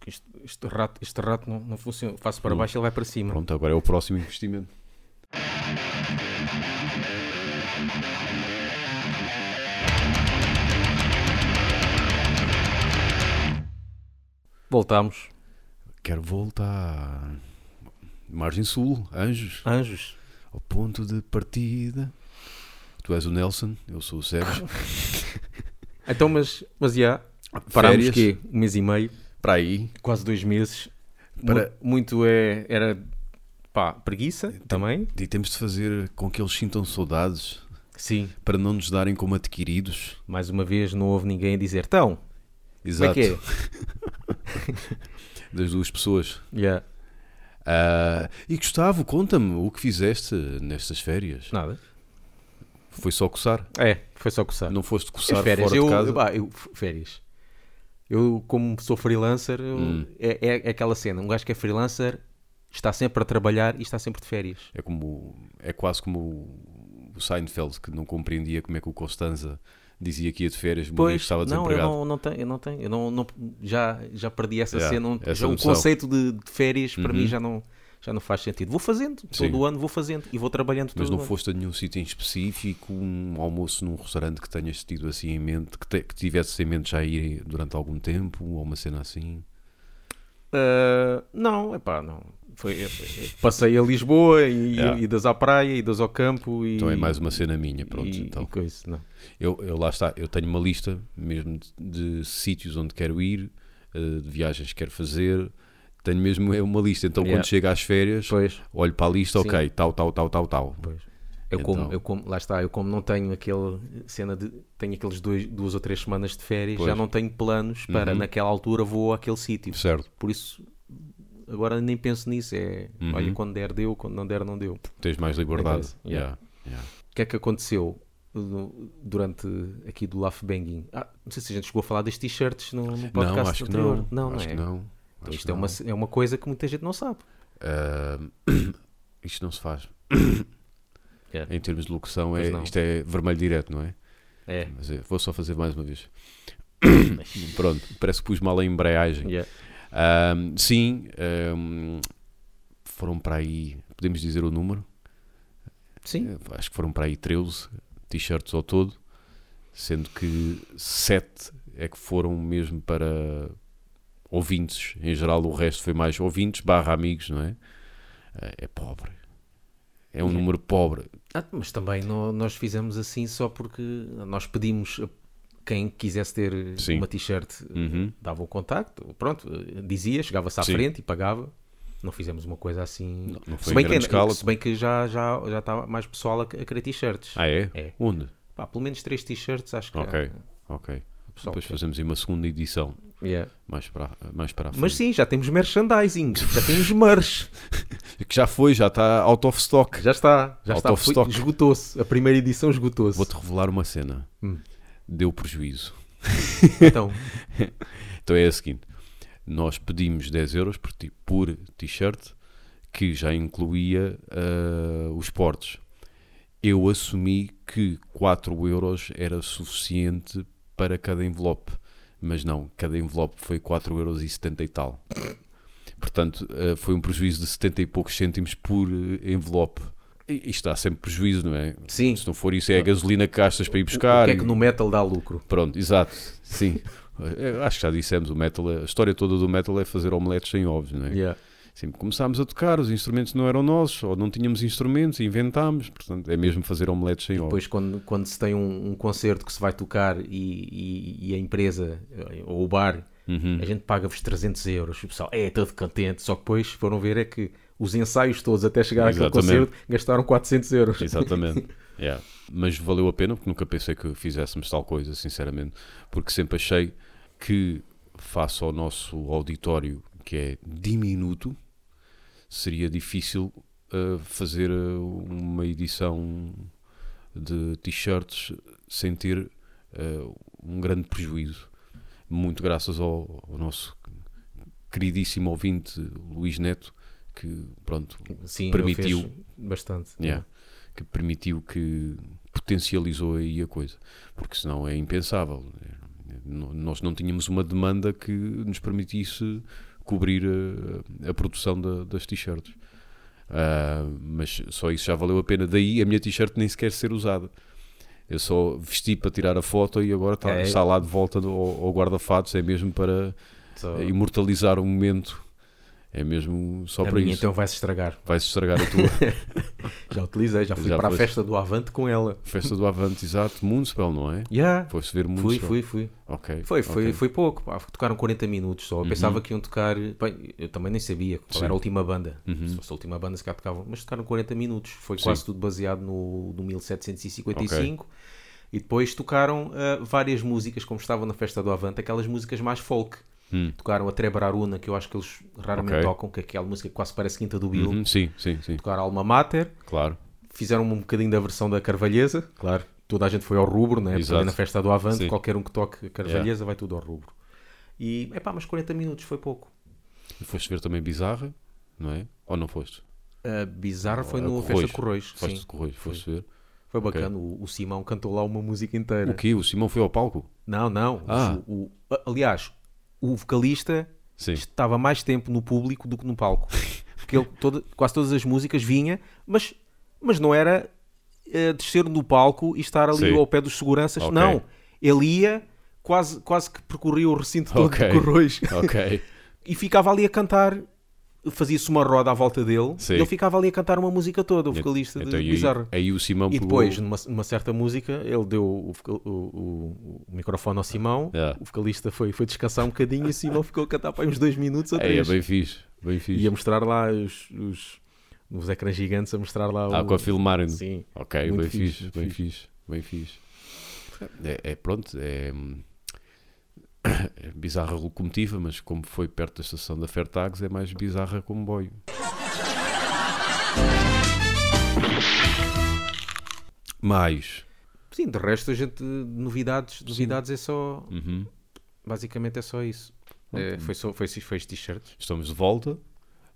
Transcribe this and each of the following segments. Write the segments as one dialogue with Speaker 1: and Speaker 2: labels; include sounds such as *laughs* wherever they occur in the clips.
Speaker 1: que este, este rato, este rato não, não funciona. Faço para
Speaker 2: Hum.
Speaker 1: baixo e ele vai para cima.
Speaker 2: Pronto, agora é o próximo investimento.
Speaker 1: Voltámos.
Speaker 2: Quero voltar. Margem Sul, Anjos,
Speaker 1: Anjos.
Speaker 2: ao ponto de partida. Tu és o Nelson, eu sou
Speaker 1: *coughs*
Speaker 2: o Sérgio.
Speaker 1: Então, mas, mas já parámos
Speaker 2: Férias.
Speaker 1: que um mês e meio,
Speaker 2: Para aí,
Speaker 1: quase dois meses. Mu-
Speaker 2: Para-
Speaker 1: Muito é, era pá, preguiça também.
Speaker 2: e temos de fazer com que eles sintam saudades
Speaker 1: Sim,
Speaker 2: para não nos darem como adquiridos.
Speaker 1: mais uma vez não houve ninguém a dizer tão, como é
Speaker 2: Exato,
Speaker 1: que é?
Speaker 2: das duas pessoas.
Speaker 1: Já,
Speaker 2: Ah, e Gustavo, conta-me o que fizeste nestas férias.
Speaker 1: Nada.
Speaker 2: Foi só coçar?
Speaker 1: É, foi só coçar.
Speaker 2: Não foste
Speaker 1: As
Speaker 2: coçar
Speaker 1: férias,
Speaker 2: fora
Speaker 1: eu,
Speaker 2: de casa?
Speaker 1: pá, eu- férias. Eu, como sou freelancer, eu-
Speaker 2: Hum.
Speaker 1: é, é- é aquela cena. Um gajo que é freelancer está sempre a trabalhar e está sempre de férias.
Speaker 2: É como é quase como o- o Seinfeld que não compreendia como é que o Costanza dizia que ia de férias, mas estava
Speaker 1: não, é eu
Speaker 2: desempregado.
Speaker 1: não, não tenho, eu não tenho, eu não, não- já, já perdi essa
Speaker 2: Yeah,
Speaker 1: cena. não-
Speaker 2: essa
Speaker 1: já o
Speaker 2: noção. Uhum.
Speaker 1: conceito de, de férias para mim já não, já não faz sentido. Vou fazendo,
Speaker 2: Sim.
Speaker 1: todo ano vou fazendo e vou trabalhando
Speaker 2: Mas
Speaker 1: todo
Speaker 2: não
Speaker 1: ano.
Speaker 2: foste a nenhum sítio em específico, um almoço num restaurante que tenhas tido assim em mente, que, te, que tivesses em mente já ir durante algum tempo, ou uma cena assim.
Speaker 1: Ah, não, é pá, não. Foi, eu- eu passei a Lisboa e,
Speaker 2: Yeah.
Speaker 1: e das à praia e das ao campo e,
Speaker 2: Então é mais uma cena minha, pronto.
Speaker 1: e-
Speaker 2: então.
Speaker 1: e coisa, não.
Speaker 2: Eu, eu lá está, eu tenho uma lista mesmo de, de sítios onde quero ir, eh, de viagens que quero fazer, tenho mesmo é uma lista. Então
Speaker 1: Yeah.
Speaker 2: quando chego às férias,
Speaker 1: Pois.
Speaker 2: olho para a lista,
Speaker 1: Sim.
Speaker 2: ok, tal, tal, tal, tal, tal.
Speaker 1: Pois. Eu
Speaker 2: Então-
Speaker 1: como, eu como, lá está, eu como não tenho aquele cena de tenho aqueles dois, duas ou três semanas de férias,
Speaker 2: Pois.
Speaker 1: já
Speaker 2: Uhum.
Speaker 1: não tenho planos para naquela altura vou àquele sítio.
Speaker 2: Certo.
Speaker 1: Por isso agora nem penso nisso. É
Speaker 2: Uhum.
Speaker 1: olha, quando der, deu, quando não der, não deu. O
Speaker 2: Tens mais liberdade.
Speaker 1: Acontece, yeah. que é que aconteceu no- durante aqui do Laugh Banging? Ah, não sei se a gente chegou a falar das t-shirts no, no podcast
Speaker 2: Não, acho que
Speaker 1: anterior.
Speaker 2: não.
Speaker 1: não,
Speaker 2: acho
Speaker 1: é.
Speaker 2: que não.
Speaker 1: Então
Speaker 2: Acho
Speaker 1: isto
Speaker 2: que
Speaker 1: é uma,
Speaker 2: não.
Speaker 1: é uma coisa que muita gente não sabe.
Speaker 2: Ah, *coughs* isto não se faz.
Speaker 1: É.
Speaker 2: Em termos de locução,
Speaker 1: Pois
Speaker 2: é,
Speaker 1: não.
Speaker 2: isto é vermelho direto, não é?
Speaker 1: É.
Speaker 2: Mas é- vou só fazer mais uma vez. *coughs* Pronto, parece que pus mal a embreagem.
Speaker 1: Yeah.
Speaker 2: Ah, sim, ah, foram para aí, podemos dizer o número?
Speaker 1: Sim,
Speaker 2: Eh, Acho que foram para aí 13 t-shirts ao todo, sendo que 7 é que foram mesmo para ouvintes. Em geral, o resto foi mais ouvintes barra amigos, não é? Eh, É pobre. É um
Speaker 1: Yeah.
Speaker 2: número pobre.
Speaker 1: Ah, mas também no- nós fizemos assim só porque nós pedimos a quem quisesse ter
Speaker 2: Sim.
Speaker 1: uma t-shirt eh,
Speaker 2: Uhum.
Speaker 1: dava o contacto, pronto, eh, dizia, chegava-se à
Speaker 2: Sim.
Speaker 1: frente e pagava. Não fizemos uma coisa assim.
Speaker 2: Não- não
Speaker 1: se,
Speaker 2: foi em
Speaker 1: bem que,
Speaker 2: grande escala.
Speaker 1: se bem que já já já estava mais pessoal a, a querer t-shirts.
Speaker 2: Ah, é?
Speaker 1: É.
Speaker 2: Onde?
Speaker 1: Pá, pelo menos três t-shirts acho que.
Speaker 2: Ok, ok.
Speaker 1: pessoal
Speaker 2: Depois
Speaker 1: quer.
Speaker 2: fazemos aí uma segunda edição,
Speaker 1: Yeah.
Speaker 2: mais para, mais para a frente.
Speaker 1: Mas sim, já temos merchandising, já temos merch,
Speaker 2: Que já foi, já está out of stock.
Speaker 1: já está, já
Speaker 2: Out
Speaker 1: está,
Speaker 2: of
Speaker 1: foi-
Speaker 2: stock.
Speaker 1: esgotou-se, a primeira edição esgotou-se.
Speaker 2: Vou-te revelar uma cena.
Speaker 1: Hum.
Speaker 2: Deu prejuízo. um
Speaker 1: Então,
Speaker 2: Então é a seguinte: nós pedimos 10 euros por, ti- por t-shirt que já incluía ah, os portes. Eu assumi que 4 euros era suficiente para cada envelope, mas não, cada envelope foi 4 euros e 70 e tal. Portanto, ah, foi um prejuízo de 70 e poucos cêntimos por eh, envelope. E isto dá sempre prejuízo, não é?
Speaker 1: sim,
Speaker 2: Se não for isso, é a gasolina que gastas para ir
Speaker 1: o
Speaker 2: buscar.
Speaker 1: que é
Speaker 2: e-
Speaker 1: que no metal dá lucro?
Speaker 2: Pronto, exato, sim. Eu acho que já dissemos, o metal, é- a história toda do metal é fazer omeletes sem ovos, não é?
Speaker 1: Yeah.
Speaker 2: Sempre começámos a tocar, os instrumentos não eram nossos, ou não tínhamos instrumentos, inventámos, portanto, é mesmo fazer omeletes sem ovos.
Speaker 1: Depois, quando, quando se tem um, um concerto que se vai tocar e, e- e a empresa eh, ou o bar,
Speaker 2: Uhum.
Speaker 1: a gente paga-vos 300 euros. O pessoal é todo contente. Só que depois foram ver é que os ensaios todos até chegar àquele
Speaker 2: Exatamente.
Speaker 1: concerto gastaram 400 euros.
Speaker 2: Exatamente. Yeah. Mas valeu a pena, porque nunca pensei que fizéssemos tal coisa, sinceramente, porque sempre achei que, face ao nosso auditório, que é diminuto, seria difícil uh, fazer uh, uma edição de t-shirts sem ter uh, um grande prejuízo. Muito graças ao, ao nosso queridíssimo ouvinte Luís Neto, que pronto,
Speaker 1: Sim,
Speaker 2: Permitiu.
Speaker 1: fez bastante.
Speaker 2: Yeah. que permitiu que potencializou aí a coisa, porque senão é impensável. N- Nós não tínhamos uma demanda que nos permitisse cobrir a, a produção da- das t-shirts. Ah, mas só isso já valeu a pena. Daí a minha t-shirt nem sequer ser usada. Eu só vesti para tirar a foto e agora está,
Speaker 1: É.
Speaker 2: está lá de volta do- ao, ao guarda-fatos. É mesmo para
Speaker 1: Só-
Speaker 2: imortalizar o momento. É mesmo só
Speaker 1: a
Speaker 2: para
Speaker 1: minha
Speaker 2: isso.
Speaker 1: então vai-se estragar.
Speaker 2: Vai-se estragar a
Speaker 1: *laughs*
Speaker 2: tua
Speaker 1: Já utilizei, já fui
Speaker 2: Já
Speaker 1: para
Speaker 2: foste.
Speaker 1: a festa do Avante com ela.
Speaker 2: festa do Avante, exato. Municipal, não é?
Speaker 1: Yeah.
Speaker 2: Foi-se ver
Speaker 1: Fui,
Speaker 2: Municipal.
Speaker 1: fui, fui.
Speaker 2: Ok.
Speaker 1: Foi, foi,
Speaker 2: ok. Uhum.
Speaker 1: foi pouco. pá. Tocaram 40 minutos só. Eu pensava que iam tocar. Bem, eu também nem sabia qual
Speaker 2: Sim. Uhum.
Speaker 1: era a última banda. Se fosse a última banda, se calhar tocavam. Mas tocaram 40 minutos. Foi
Speaker 2: Sim.
Speaker 1: quase tudo baseado no, no 1755. E depois tocaram ah, várias músicas, como estavam na festa do Avante, aquelas músicas mais folk.
Speaker 2: Hum.
Speaker 1: Tocaram a Trebararuna, que eu acho que eles raramente
Speaker 2: Ok.
Speaker 1: tocam, que é aquela música que quase parece Quinta do Bill.
Speaker 2: Uhum, Sim, sim, sim.
Speaker 1: Tocaram Alma Mater.
Speaker 2: Claro.
Speaker 1: Fizeram um bocadinho da versão da Carvalheza. Claro. Toda a gente foi ao rubro, né? Porque
Speaker 2: Exato.
Speaker 1: ali na festa do Avante,
Speaker 2: Sim.
Speaker 1: qualquer um que toque Carvalheza vai tudo ao rubro. E, epá, mas 40 minutos foi pouco.
Speaker 2: E foste ver também Bizarra, não é? Ou não foste?
Speaker 1: A bizarra foi
Speaker 2: Ah,
Speaker 1: no Festa de Correios.
Speaker 2: Foste
Speaker 1: Sim,
Speaker 2: de Correios, foste ver.
Speaker 1: foi bacana. O, o Simão cantou lá uma música inteira.
Speaker 2: O quê? O Simão foi
Speaker 1: *laughs*
Speaker 2: ao palco?
Speaker 1: Não, não.
Speaker 2: Ah.
Speaker 1: O- o- a- aliás, o vocalista
Speaker 2: Sim.
Speaker 1: estava mais tempo no público do que no palco.
Speaker 2: *laughs*
Speaker 1: Porque ele toda- quase todas as músicas vinha, mas, mas não era eh, descer no palco e estar ali
Speaker 2: Sim.
Speaker 1: ao pé dos seguranças.
Speaker 2: Ok.
Speaker 1: Não. Ele ia, quase, quase que percorria o recinto todo
Speaker 2: Ok.
Speaker 1: de Corroios
Speaker 2: Ok.
Speaker 1: e ficava ali a cantar. Fazia-se uma roda à volta dele
Speaker 2: Sim.
Speaker 1: e ele ficava ali a cantar uma música toda, o vocalista
Speaker 2: então,
Speaker 1: de
Speaker 2: e
Speaker 1: Bizarro.
Speaker 2: aí, aí o Simão
Speaker 1: E
Speaker 2: pegou-
Speaker 1: depois, numa, numa certa música, ele deu o, vocal- o- o- o microfone ao Simão,
Speaker 2: É.
Speaker 1: o vocalista foi, foi descansar um bocadinho e o Simão ficou a cantar para aí uns dois minutos ou
Speaker 2: Ei, é
Speaker 1: três.
Speaker 2: bem fixe, bem fixe.
Speaker 1: e a mostrar lá os, os, os ecrãs gigantes, a mostrar lá
Speaker 2: Ah,
Speaker 1: o...
Speaker 2: com a filmarem
Speaker 1: Sim,
Speaker 2: Ok,
Speaker 1: Muito
Speaker 2: bem
Speaker 1: fixe,
Speaker 2: fixe, bem fixe, bem fixe. É, é pronto, é, hum, é bizarra locomotiva, mas como foi perto da estação da Fertags, é mais bizarra comboio. Mais.
Speaker 1: sim, de resto a gente, novidades, novidades é só,
Speaker 2: Uhum.
Speaker 1: basicamente é só isso. É, foi, só, foi, foi os t-shirts.
Speaker 2: Estamos de volta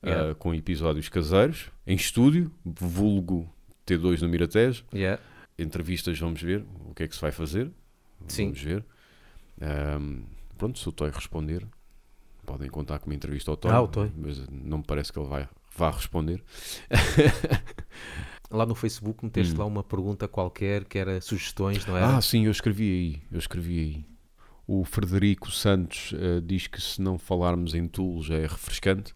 Speaker 1: Yeah.
Speaker 2: ah, com episódios caseiros, em estúdio, vulgo T2 no Miratejo.
Speaker 1: Yeah.
Speaker 2: Entrevistas, vamos ver o que é que se vai fazer.
Speaker 1: Sim,
Speaker 2: Vamos ver. Ahm, pronto, se o Toy responder, podem contar com uma entrevista ao Toy.
Speaker 1: Ah, o Toy.
Speaker 2: Mas não me parece que ele vai, vá responder.
Speaker 1: lá no Facebook
Speaker 2: Hum.
Speaker 1: meteste lá uma pergunta qualquer que era sugestões, não é? era?
Speaker 2: Ah, sim, eu escrevi aí. Eu escrevi aí. O Frederico Santos ah, diz que se não falarmos em Tulo já é refrescante.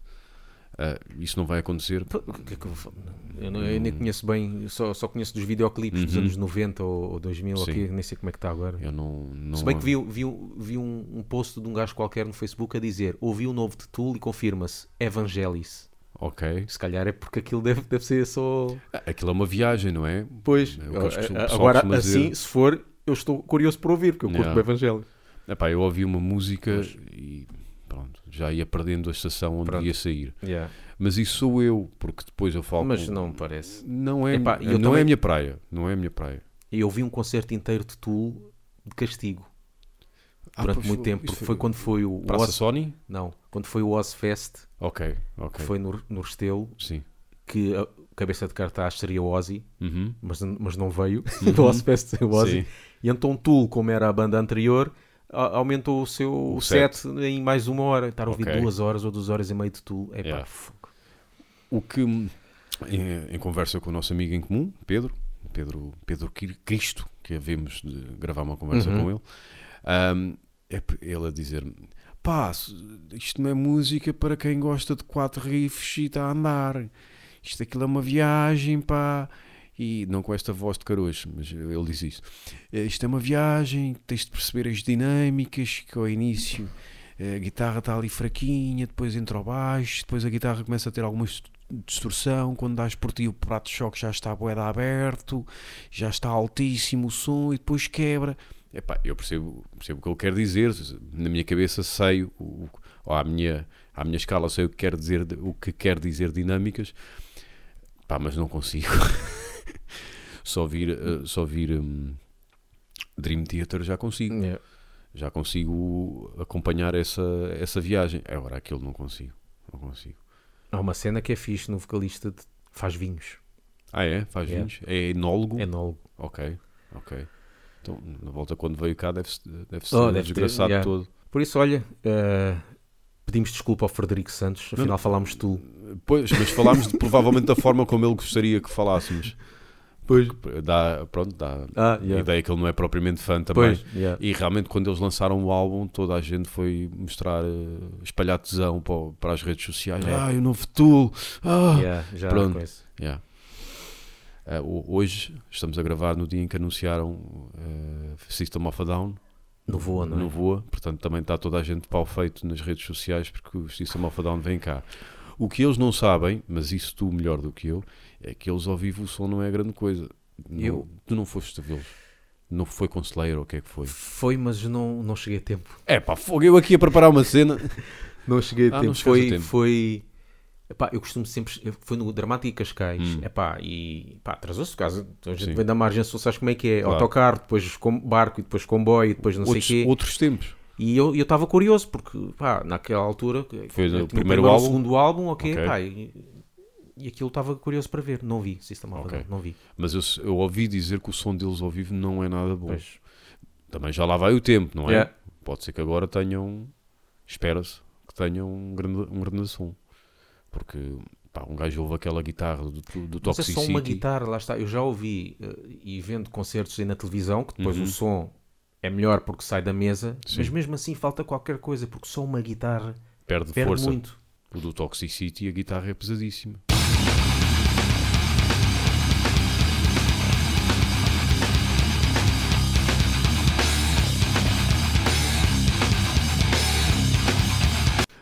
Speaker 2: Ah, isso não vai acontecer.
Speaker 1: Pô, o que é que eu fa- Eu, não- eu nem
Speaker 2: Hum.
Speaker 1: conheço bem, eu só, só conheço dos videoclipes dos anos 90 ou, ou 2000,
Speaker 2: Uhum. Sim.
Speaker 1: aqui, nem sei como é que está agora.
Speaker 2: Eu não. não
Speaker 1: Se bem que vi, vi, vi um, um post de um gajo qualquer no Facebook a dizer ouvi o novo de Tool e confirma-se Evangelis.
Speaker 2: Ok.
Speaker 1: Se calhar é porque aquilo deve, deve ser só.
Speaker 2: Ah, Aquilo é uma viagem, não é?
Speaker 1: Pois,
Speaker 2: É o que eu acho que o pessoal
Speaker 1: agora
Speaker 2: costuma dizer.
Speaker 1: assim, se for, eu estou curioso por ouvir, porque eu curto
Speaker 2: Yeah.
Speaker 1: o Evangelis.
Speaker 2: Epá, eu ouvi uma música e pronto, já ia perdendo a estação onde ia sair. Mas isso sou eu, porque depois eu falo.
Speaker 1: Mas
Speaker 2: com- um-
Speaker 1: não parece.
Speaker 2: Não é,
Speaker 1: Epá,
Speaker 2: não
Speaker 1: eu
Speaker 2: é
Speaker 1: também-
Speaker 2: a minha praia. Não é a minha praia.
Speaker 1: E eu vi um concerto inteiro de Tool de castigo
Speaker 2: Ah,
Speaker 1: durante
Speaker 2: pois
Speaker 1: muito tempo,
Speaker 2: isso
Speaker 1: porque foi quando foi o, o
Speaker 2: Praça
Speaker 1: Oz,
Speaker 2: Sony?
Speaker 1: não, quando foi o Ozfest,
Speaker 2: Ok,
Speaker 1: que
Speaker 2: ok.
Speaker 1: foi no, no Restelo,
Speaker 2: Sim.
Speaker 1: que a cabeça de cartaz seria o Ozzy,
Speaker 2: Uhum.
Speaker 1: mas, mas não veio. do Ozfest sem *laughs* o Ozzy.
Speaker 2: Sim.
Speaker 1: E então Tool, como era a banda anterior, a- aumentou o seu
Speaker 2: O
Speaker 1: set em mais uma hora. Estar a ouvir
Speaker 2: Ok.
Speaker 1: duas horas ou duas horas e meia de Tool. É
Speaker 2: Yeah.
Speaker 1: pá, fuck.
Speaker 2: O que, hum, em, em conversa com o nosso amigo em comum, Pedro, Pedro, Pedro Quir- Cristo, que havemos de gravar uma conversa com ele, hum, é p- ele a dizer-me: pá, se- isto não é música para quem gosta de quatro riffs e está a andar. Isto aquilo é uma viagem, pá. E não com esta voz de caroço, mas ele diz isso. Eh, Isto é uma viagem, tens de perceber as dinâmicas que ao início eh, a guitarra está ali fraquinha, depois entra o baixo, depois a guitarra começa a ter alguma dis- distorção, quando dás por ti o prato de choque já está a boeda aberto, já está altíssimo o som e depois quebra. Epá, eu percebo, percebo o que ele quer dizer, na minha cabeça sei, o, o- ou à minha, à minha escala sei o que quer dizer, o que quer dizer dinâmicas, pá, mas não consigo. *laughs* só vir, eh, só vir hum, Dream Theater já consigo já consigo acompanhar essa, essa viagem. Agora, aquilo não consigo. Não consigo.
Speaker 1: Há uma cena que é fixe no vocalista de- faz vinhos.
Speaker 2: Ah, é? Faz
Speaker 1: Yeah.
Speaker 2: vinhos? É enólogo?
Speaker 1: É nólogo.
Speaker 2: Ok, ok. Então, na volta, quando veio cá, deve-se
Speaker 1: Oh,
Speaker 2: deve ser
Speaker 1: deve ter,
Speaker 2: desgraçado
Speaker 1: yeah.
Speaker 2: todo.
Speaker 1: Por isso, olha, eh, Pedimos desculpa ao Frederico Santos, afinal falámos tu.
Speaker 2: Pois, mas falámos de, provavelmente da forma como ele gostaria que falássemos.
Speaker 1: Pois.
Speaker 2: Dá, pronto, dá
Speaker 1: Ah,
Speaker 2: a
Speaker 1: yeah.
Speaker 2: ideia que ele não é propriamente fã também.
Speaker 1: Pois, yeah.
Speaker 2: E realmente, quando eles lançaram o álbum, toda a gente foi mostrar, eh, espalhar tesão para, o- para as redes sociais.
Speaker 1: É.
Speaker 2: Ah, o novo Tool! Ah!
Speaker 1: Yeah, já
Speaker 2: Pronto.
Speaker 1: conheço.
Speaker 2: Yeah. Eh, ho- hoje estamos a gravar no dia em que anunciaram eh, System of a Down
Speaker 1: No voo, não é?
Speaker 2: no Voa, portanto também está toda a gente de pau feito nas redes sociais porque o System of a Down vem cá. O que eles não sabem, mas isso tu melhor do que eu, é que eles ao vivo o som não é grande coisa. Não-
Speaker 1: Eu-
Speaker 2: Tu não foste vê-los. Não foi com Slayer ou o que é que foi?
Speaker 1: Foi, mas não, não cheguei a tempo.
Speaker 2: É pá, fogo, eu aqui a preparar uma cena.
Speaker 1: Não cheguei
Speaker 2: Ah, não chegaste
Speaker 1: Foi.
Speaker 2: a tempo.
Speaker 1: foi... Epá, eu costumo sempre. Foi no Dramático e Cascais. Epá, e pá, atrasou-se o caso. A gente
Speaker 2: Hum. Sim.
Speaker 1: vem da margem sul, sabes como é que é?
Speaker 2: Claro.
Speaker 1: Autocarro, depois com- barco, e depois comboio, e depois não
Speaker 2: Outros,
Speaker 1: sei o quê.
Speaker 2: outros tempos.
Speaker 1: E eu eu estava curioso, porque pá, naquela altura. que-
Speaker 2: Foi o
Speaker 1: tinha
Speaker 2: primeiro
Speaker 1: ou
Speaker 2: álbum?
Speaker 1: segundo álbum, ok.
Speaker 2: Ok.
Speaker 1: pá, e, e aquilo estava curioso para ver. Não vi, System of a
Speaker 2: Ok.
Speaker 1: Down, não vi.
Speaker 2: Mas eu, eu ouvi dizer que o som deles ao vivo não é nada bom.
Speaker 1: Pois.
Speaker 2: Também já lá vai o tempo, não é?
Speaker 1: Yeah.
Speaker 2: Pode ser que agora tenham. Espera-se que tenham um grande, um grande som. Porque pá, um gajo ouve aquela guitarra do, do
Speaker 1: Mas é
Speaker 2: Toxicity.
Speaker 1: só uma guitarra, lá está. Eu já ouvi eh, e vendo concertos aí na televisão que depois o
Speaker 2: Uhum.
Speaker 1: som é melhor porque sai da mesa, mas mesmo assim falta qualquer coisa porque só uma guitarra
Speaker 2: perde,
Speaker 1: perde
Speaker 2: força.
Speaker 1: muito.
Speaker 2: O do Toxicity, a guitarra é pesadíssima.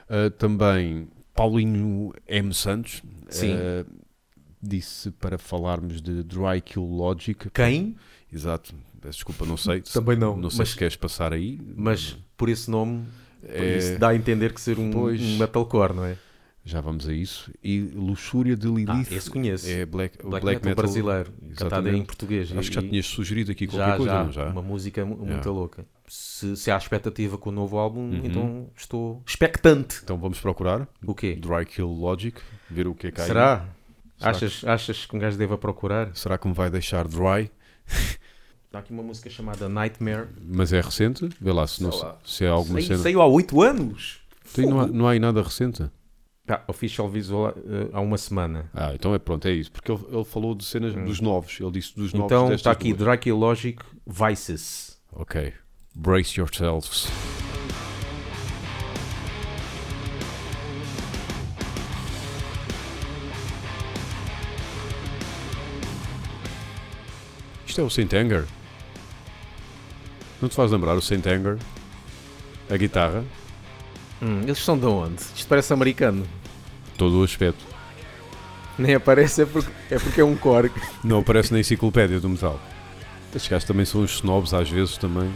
Speaker 2: Ah, também Paulinho M. Santos
Speaker 1: Sim.
Speaker 2: ah, disse para falarmos de Dry Kill Logic.
Speaker 1: Quem?
Speaker 2: Exato, peço desculpa, não sei.
Speaker 1: Também não,
Speaker 2: Não sei
Speaker 1: mas-
Speaker 2: se queres passar aí.
Speaker 1: Mas por esse nome
Speaker 2: É.
Speaker 1: isso dá a entender que ser um,
Speaker 2: Pois.
Speaker 1: um metalcore, não é?
Speaker 2: Já vamos a isso. E Luxúria de Lilith.
Speaker 1: Ah, esse conheço.
Speaker 2: É black,
Speaker 1: Black, metal, brasileiro, cantado
Speaker 2: Exatamente.
Speaker 1: em português.
Speaker 2: Acho que já
Speaker 1: E-
Speaker 2: tinhas sugerido aqui qualquer
Speaker 1: já,
Speaker 2: coisa,
Speaker 1: já,
Speaker 2: não já? É.
Speaker 1: uma música mu- muito
Speaker 2: Yeah.
Speaker 1: louca. Se, se há expectativa com o novo álbum,
Speaker 2: Uhum.
Speaker 1: então estou expectante.
Speaker 2: Então vamos procurar
Speaker 1: O quê?
Speaker 2: Dry Kill Logic, ver o que é que há aí.
Speaker 1: Será?
Speaker 2: Será
Speaker 1: achas, achas que um gajo deva procurar?
Speaker 2: Será que me vai deixar dry?
Speaker 1: Há Tá aqui uma música chamada Nightmare.
Speaker 2: Mas é recente? Vê lá se, não,
Speaker 1: Sei lá.
Speaker 2: se é alguma
Speaker 1: Saiu,
Speaker 2: cena.
Speaker 1: saiu há 8 anos.
Speaker 2: Tem- não, há, não há aí nada recente?
Speaker 1: Tá, official visual eh, há uma semana.
Speaker 2: Ah, então é pronto, é isso. Porque ele, ele falou de cenas dos novos. Ele disse dos novos.
Speaker 1: Hum. então
Speaker 2: destas
Speaker 1: está aqui
Speaker 2: duas.
Speaker 1: Dracula Logic Vices.
Speaker 2: Ok. Brace yourselves. Isto é o Saint Anger. Não te faz lembrar o Saint Anger? A guitarra,
Speaker 1: Hum, eles são de onde? Isto parece americano.
Speaker 2: todo o aspecto.
Speaker 1: Nem aparece, é porque é, porque é um core.
Speaker 2: Não aparece na enciclopédia do metal. Estes gajos também são uns snobs às vezes também.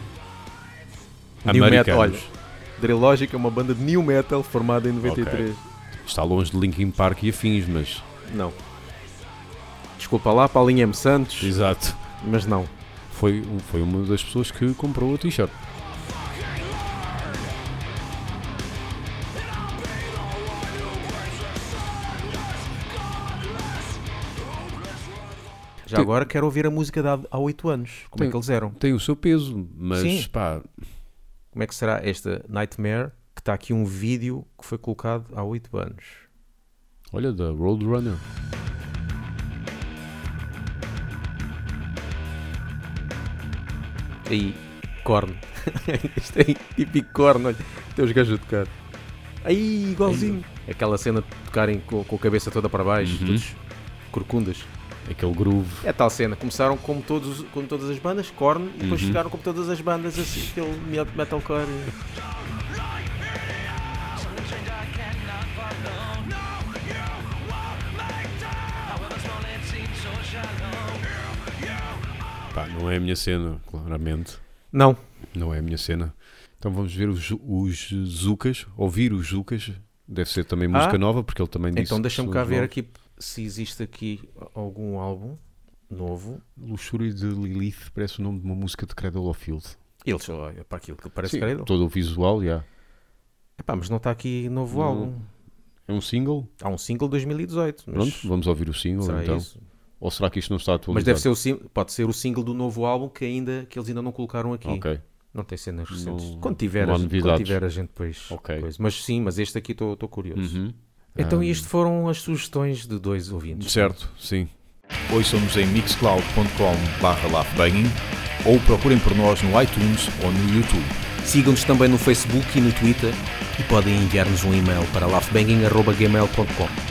Speaker 1: New metal, olha.
Speaker 2: Americanos.
Speaker 1: Drill Logic é uma banda de new metal formada em 93.
Speaker 2: Está longe de Linkin Park e afins, mas...
Speaker 1: Não. Desculpa lá, Paulinho M. Santos,
Speaker 2: Exato.
Speaker 1: mas não.
Speaker 2: foi, um- foi uma das pessoas que comprou a t-shirt.
Speaker 1: Já
Speaker 2: Tem-
Speaker 1: agora quero ouvir a música de há- há 8 anos. Como é
Speaker 2: Tem-
Speaker 1: que eles eram?
Speaker 2: Tem o seu peso, mas
Speaker 1: Sim.
Speaker 2: pá,
Speaker 1: Como é que será esta Nightmare? Que está aqui um vídeo que foi colocado há 8 anos.
Speaker 2: olha, da Roadrunner.
Speaker 1: Aí, corno. *laughs* Isto é típico corno, olha. Tem os gajos a tocar. Aí, igualzinho. É Aquela cena de tocarem com, com a cabeça toda para baixo,
Speaker 2: Uhum.
Speaker 1: todos corcundas.
Speaker 2: Aquele groove.
Speaker 1: É tal cena. Começaram como, todos, como todas as bandas, corno, e depois
Speaker 2: Uhum.
Speaker 1: chegaram como todas as bandas, assim, aquele met- metalcore.
Speaker 2: Pá, não é a minha cena, claramente.
Speaker 1: Não.
Speaker 2: Não é a minha cena. Então vamos ver os, os Zucas, ouvir os Zucas. Deve ser também música
Speaker 1: Ah.
Speaker 2: nova, porque ele também disse.
Speaker 1: Então
Speaker 2: que
Speaker 1: deixa-me
Speaker 2: são
Speaker 1: cá
Speaker 2: os
Speaker 1: ver
Speaker 2: novos.
Speaker 1: aqui se existe aqui algum álbum novo.
Speaker 2: Luxúria de Lilith parece o nome de uma música de Cradle of Field.
Speaker 1: Eles, olha, é para aquilo que parece
Speaker 2: Sim,
Speaker 1: Cradle.
Speaker 2: Todo o visual, já.
Speaker 1: Epá, mas não está aqui novo
Speaker 2: Não.
Speaker 1: álbum.
Speaker 2: É um single?
Speaker 1: Há um single 2018. Mas
Speaker 2: Pronto, vamos ouvir o single
Speaker 1: será
Speaker 2: então.
Speaker 1: isso?
Speaker 2: Ou será que isto não está atualizado?
Speaker 1: Mas deve ser o sim- pode ser o single do novo álbum que ainda que eles ainda não colocaram aqui.
Speaker 2: Ok.
Speaker 1: Não tem cenas recentes.
Speaker 3: Não-
Speaker 1: quando, tiver,
Speaker 3: não há
Speaker 1: a gente, quando
Speaker 3: novidades.
Speaker 1: tiver, a gente depois.
Speaker 3: Ok.
Speaker 1: coisa. Mas sim, mas este aqui estou curioso.
Speaker 3: Uhum.
Speaker 1: Então, isto foram as sugestões de dois ouvintes.
Speaker 3: Certo, sim.
Speaker 2: Ouçam-nos em mixcloud.com/laughbanging ou procurem por nós no iTunes ou no YouTube.
Speaker 1: Sigam-nos também no Facebook e no Twitter e podem enviar-nos um e-mail para laughbanging.gmail.com.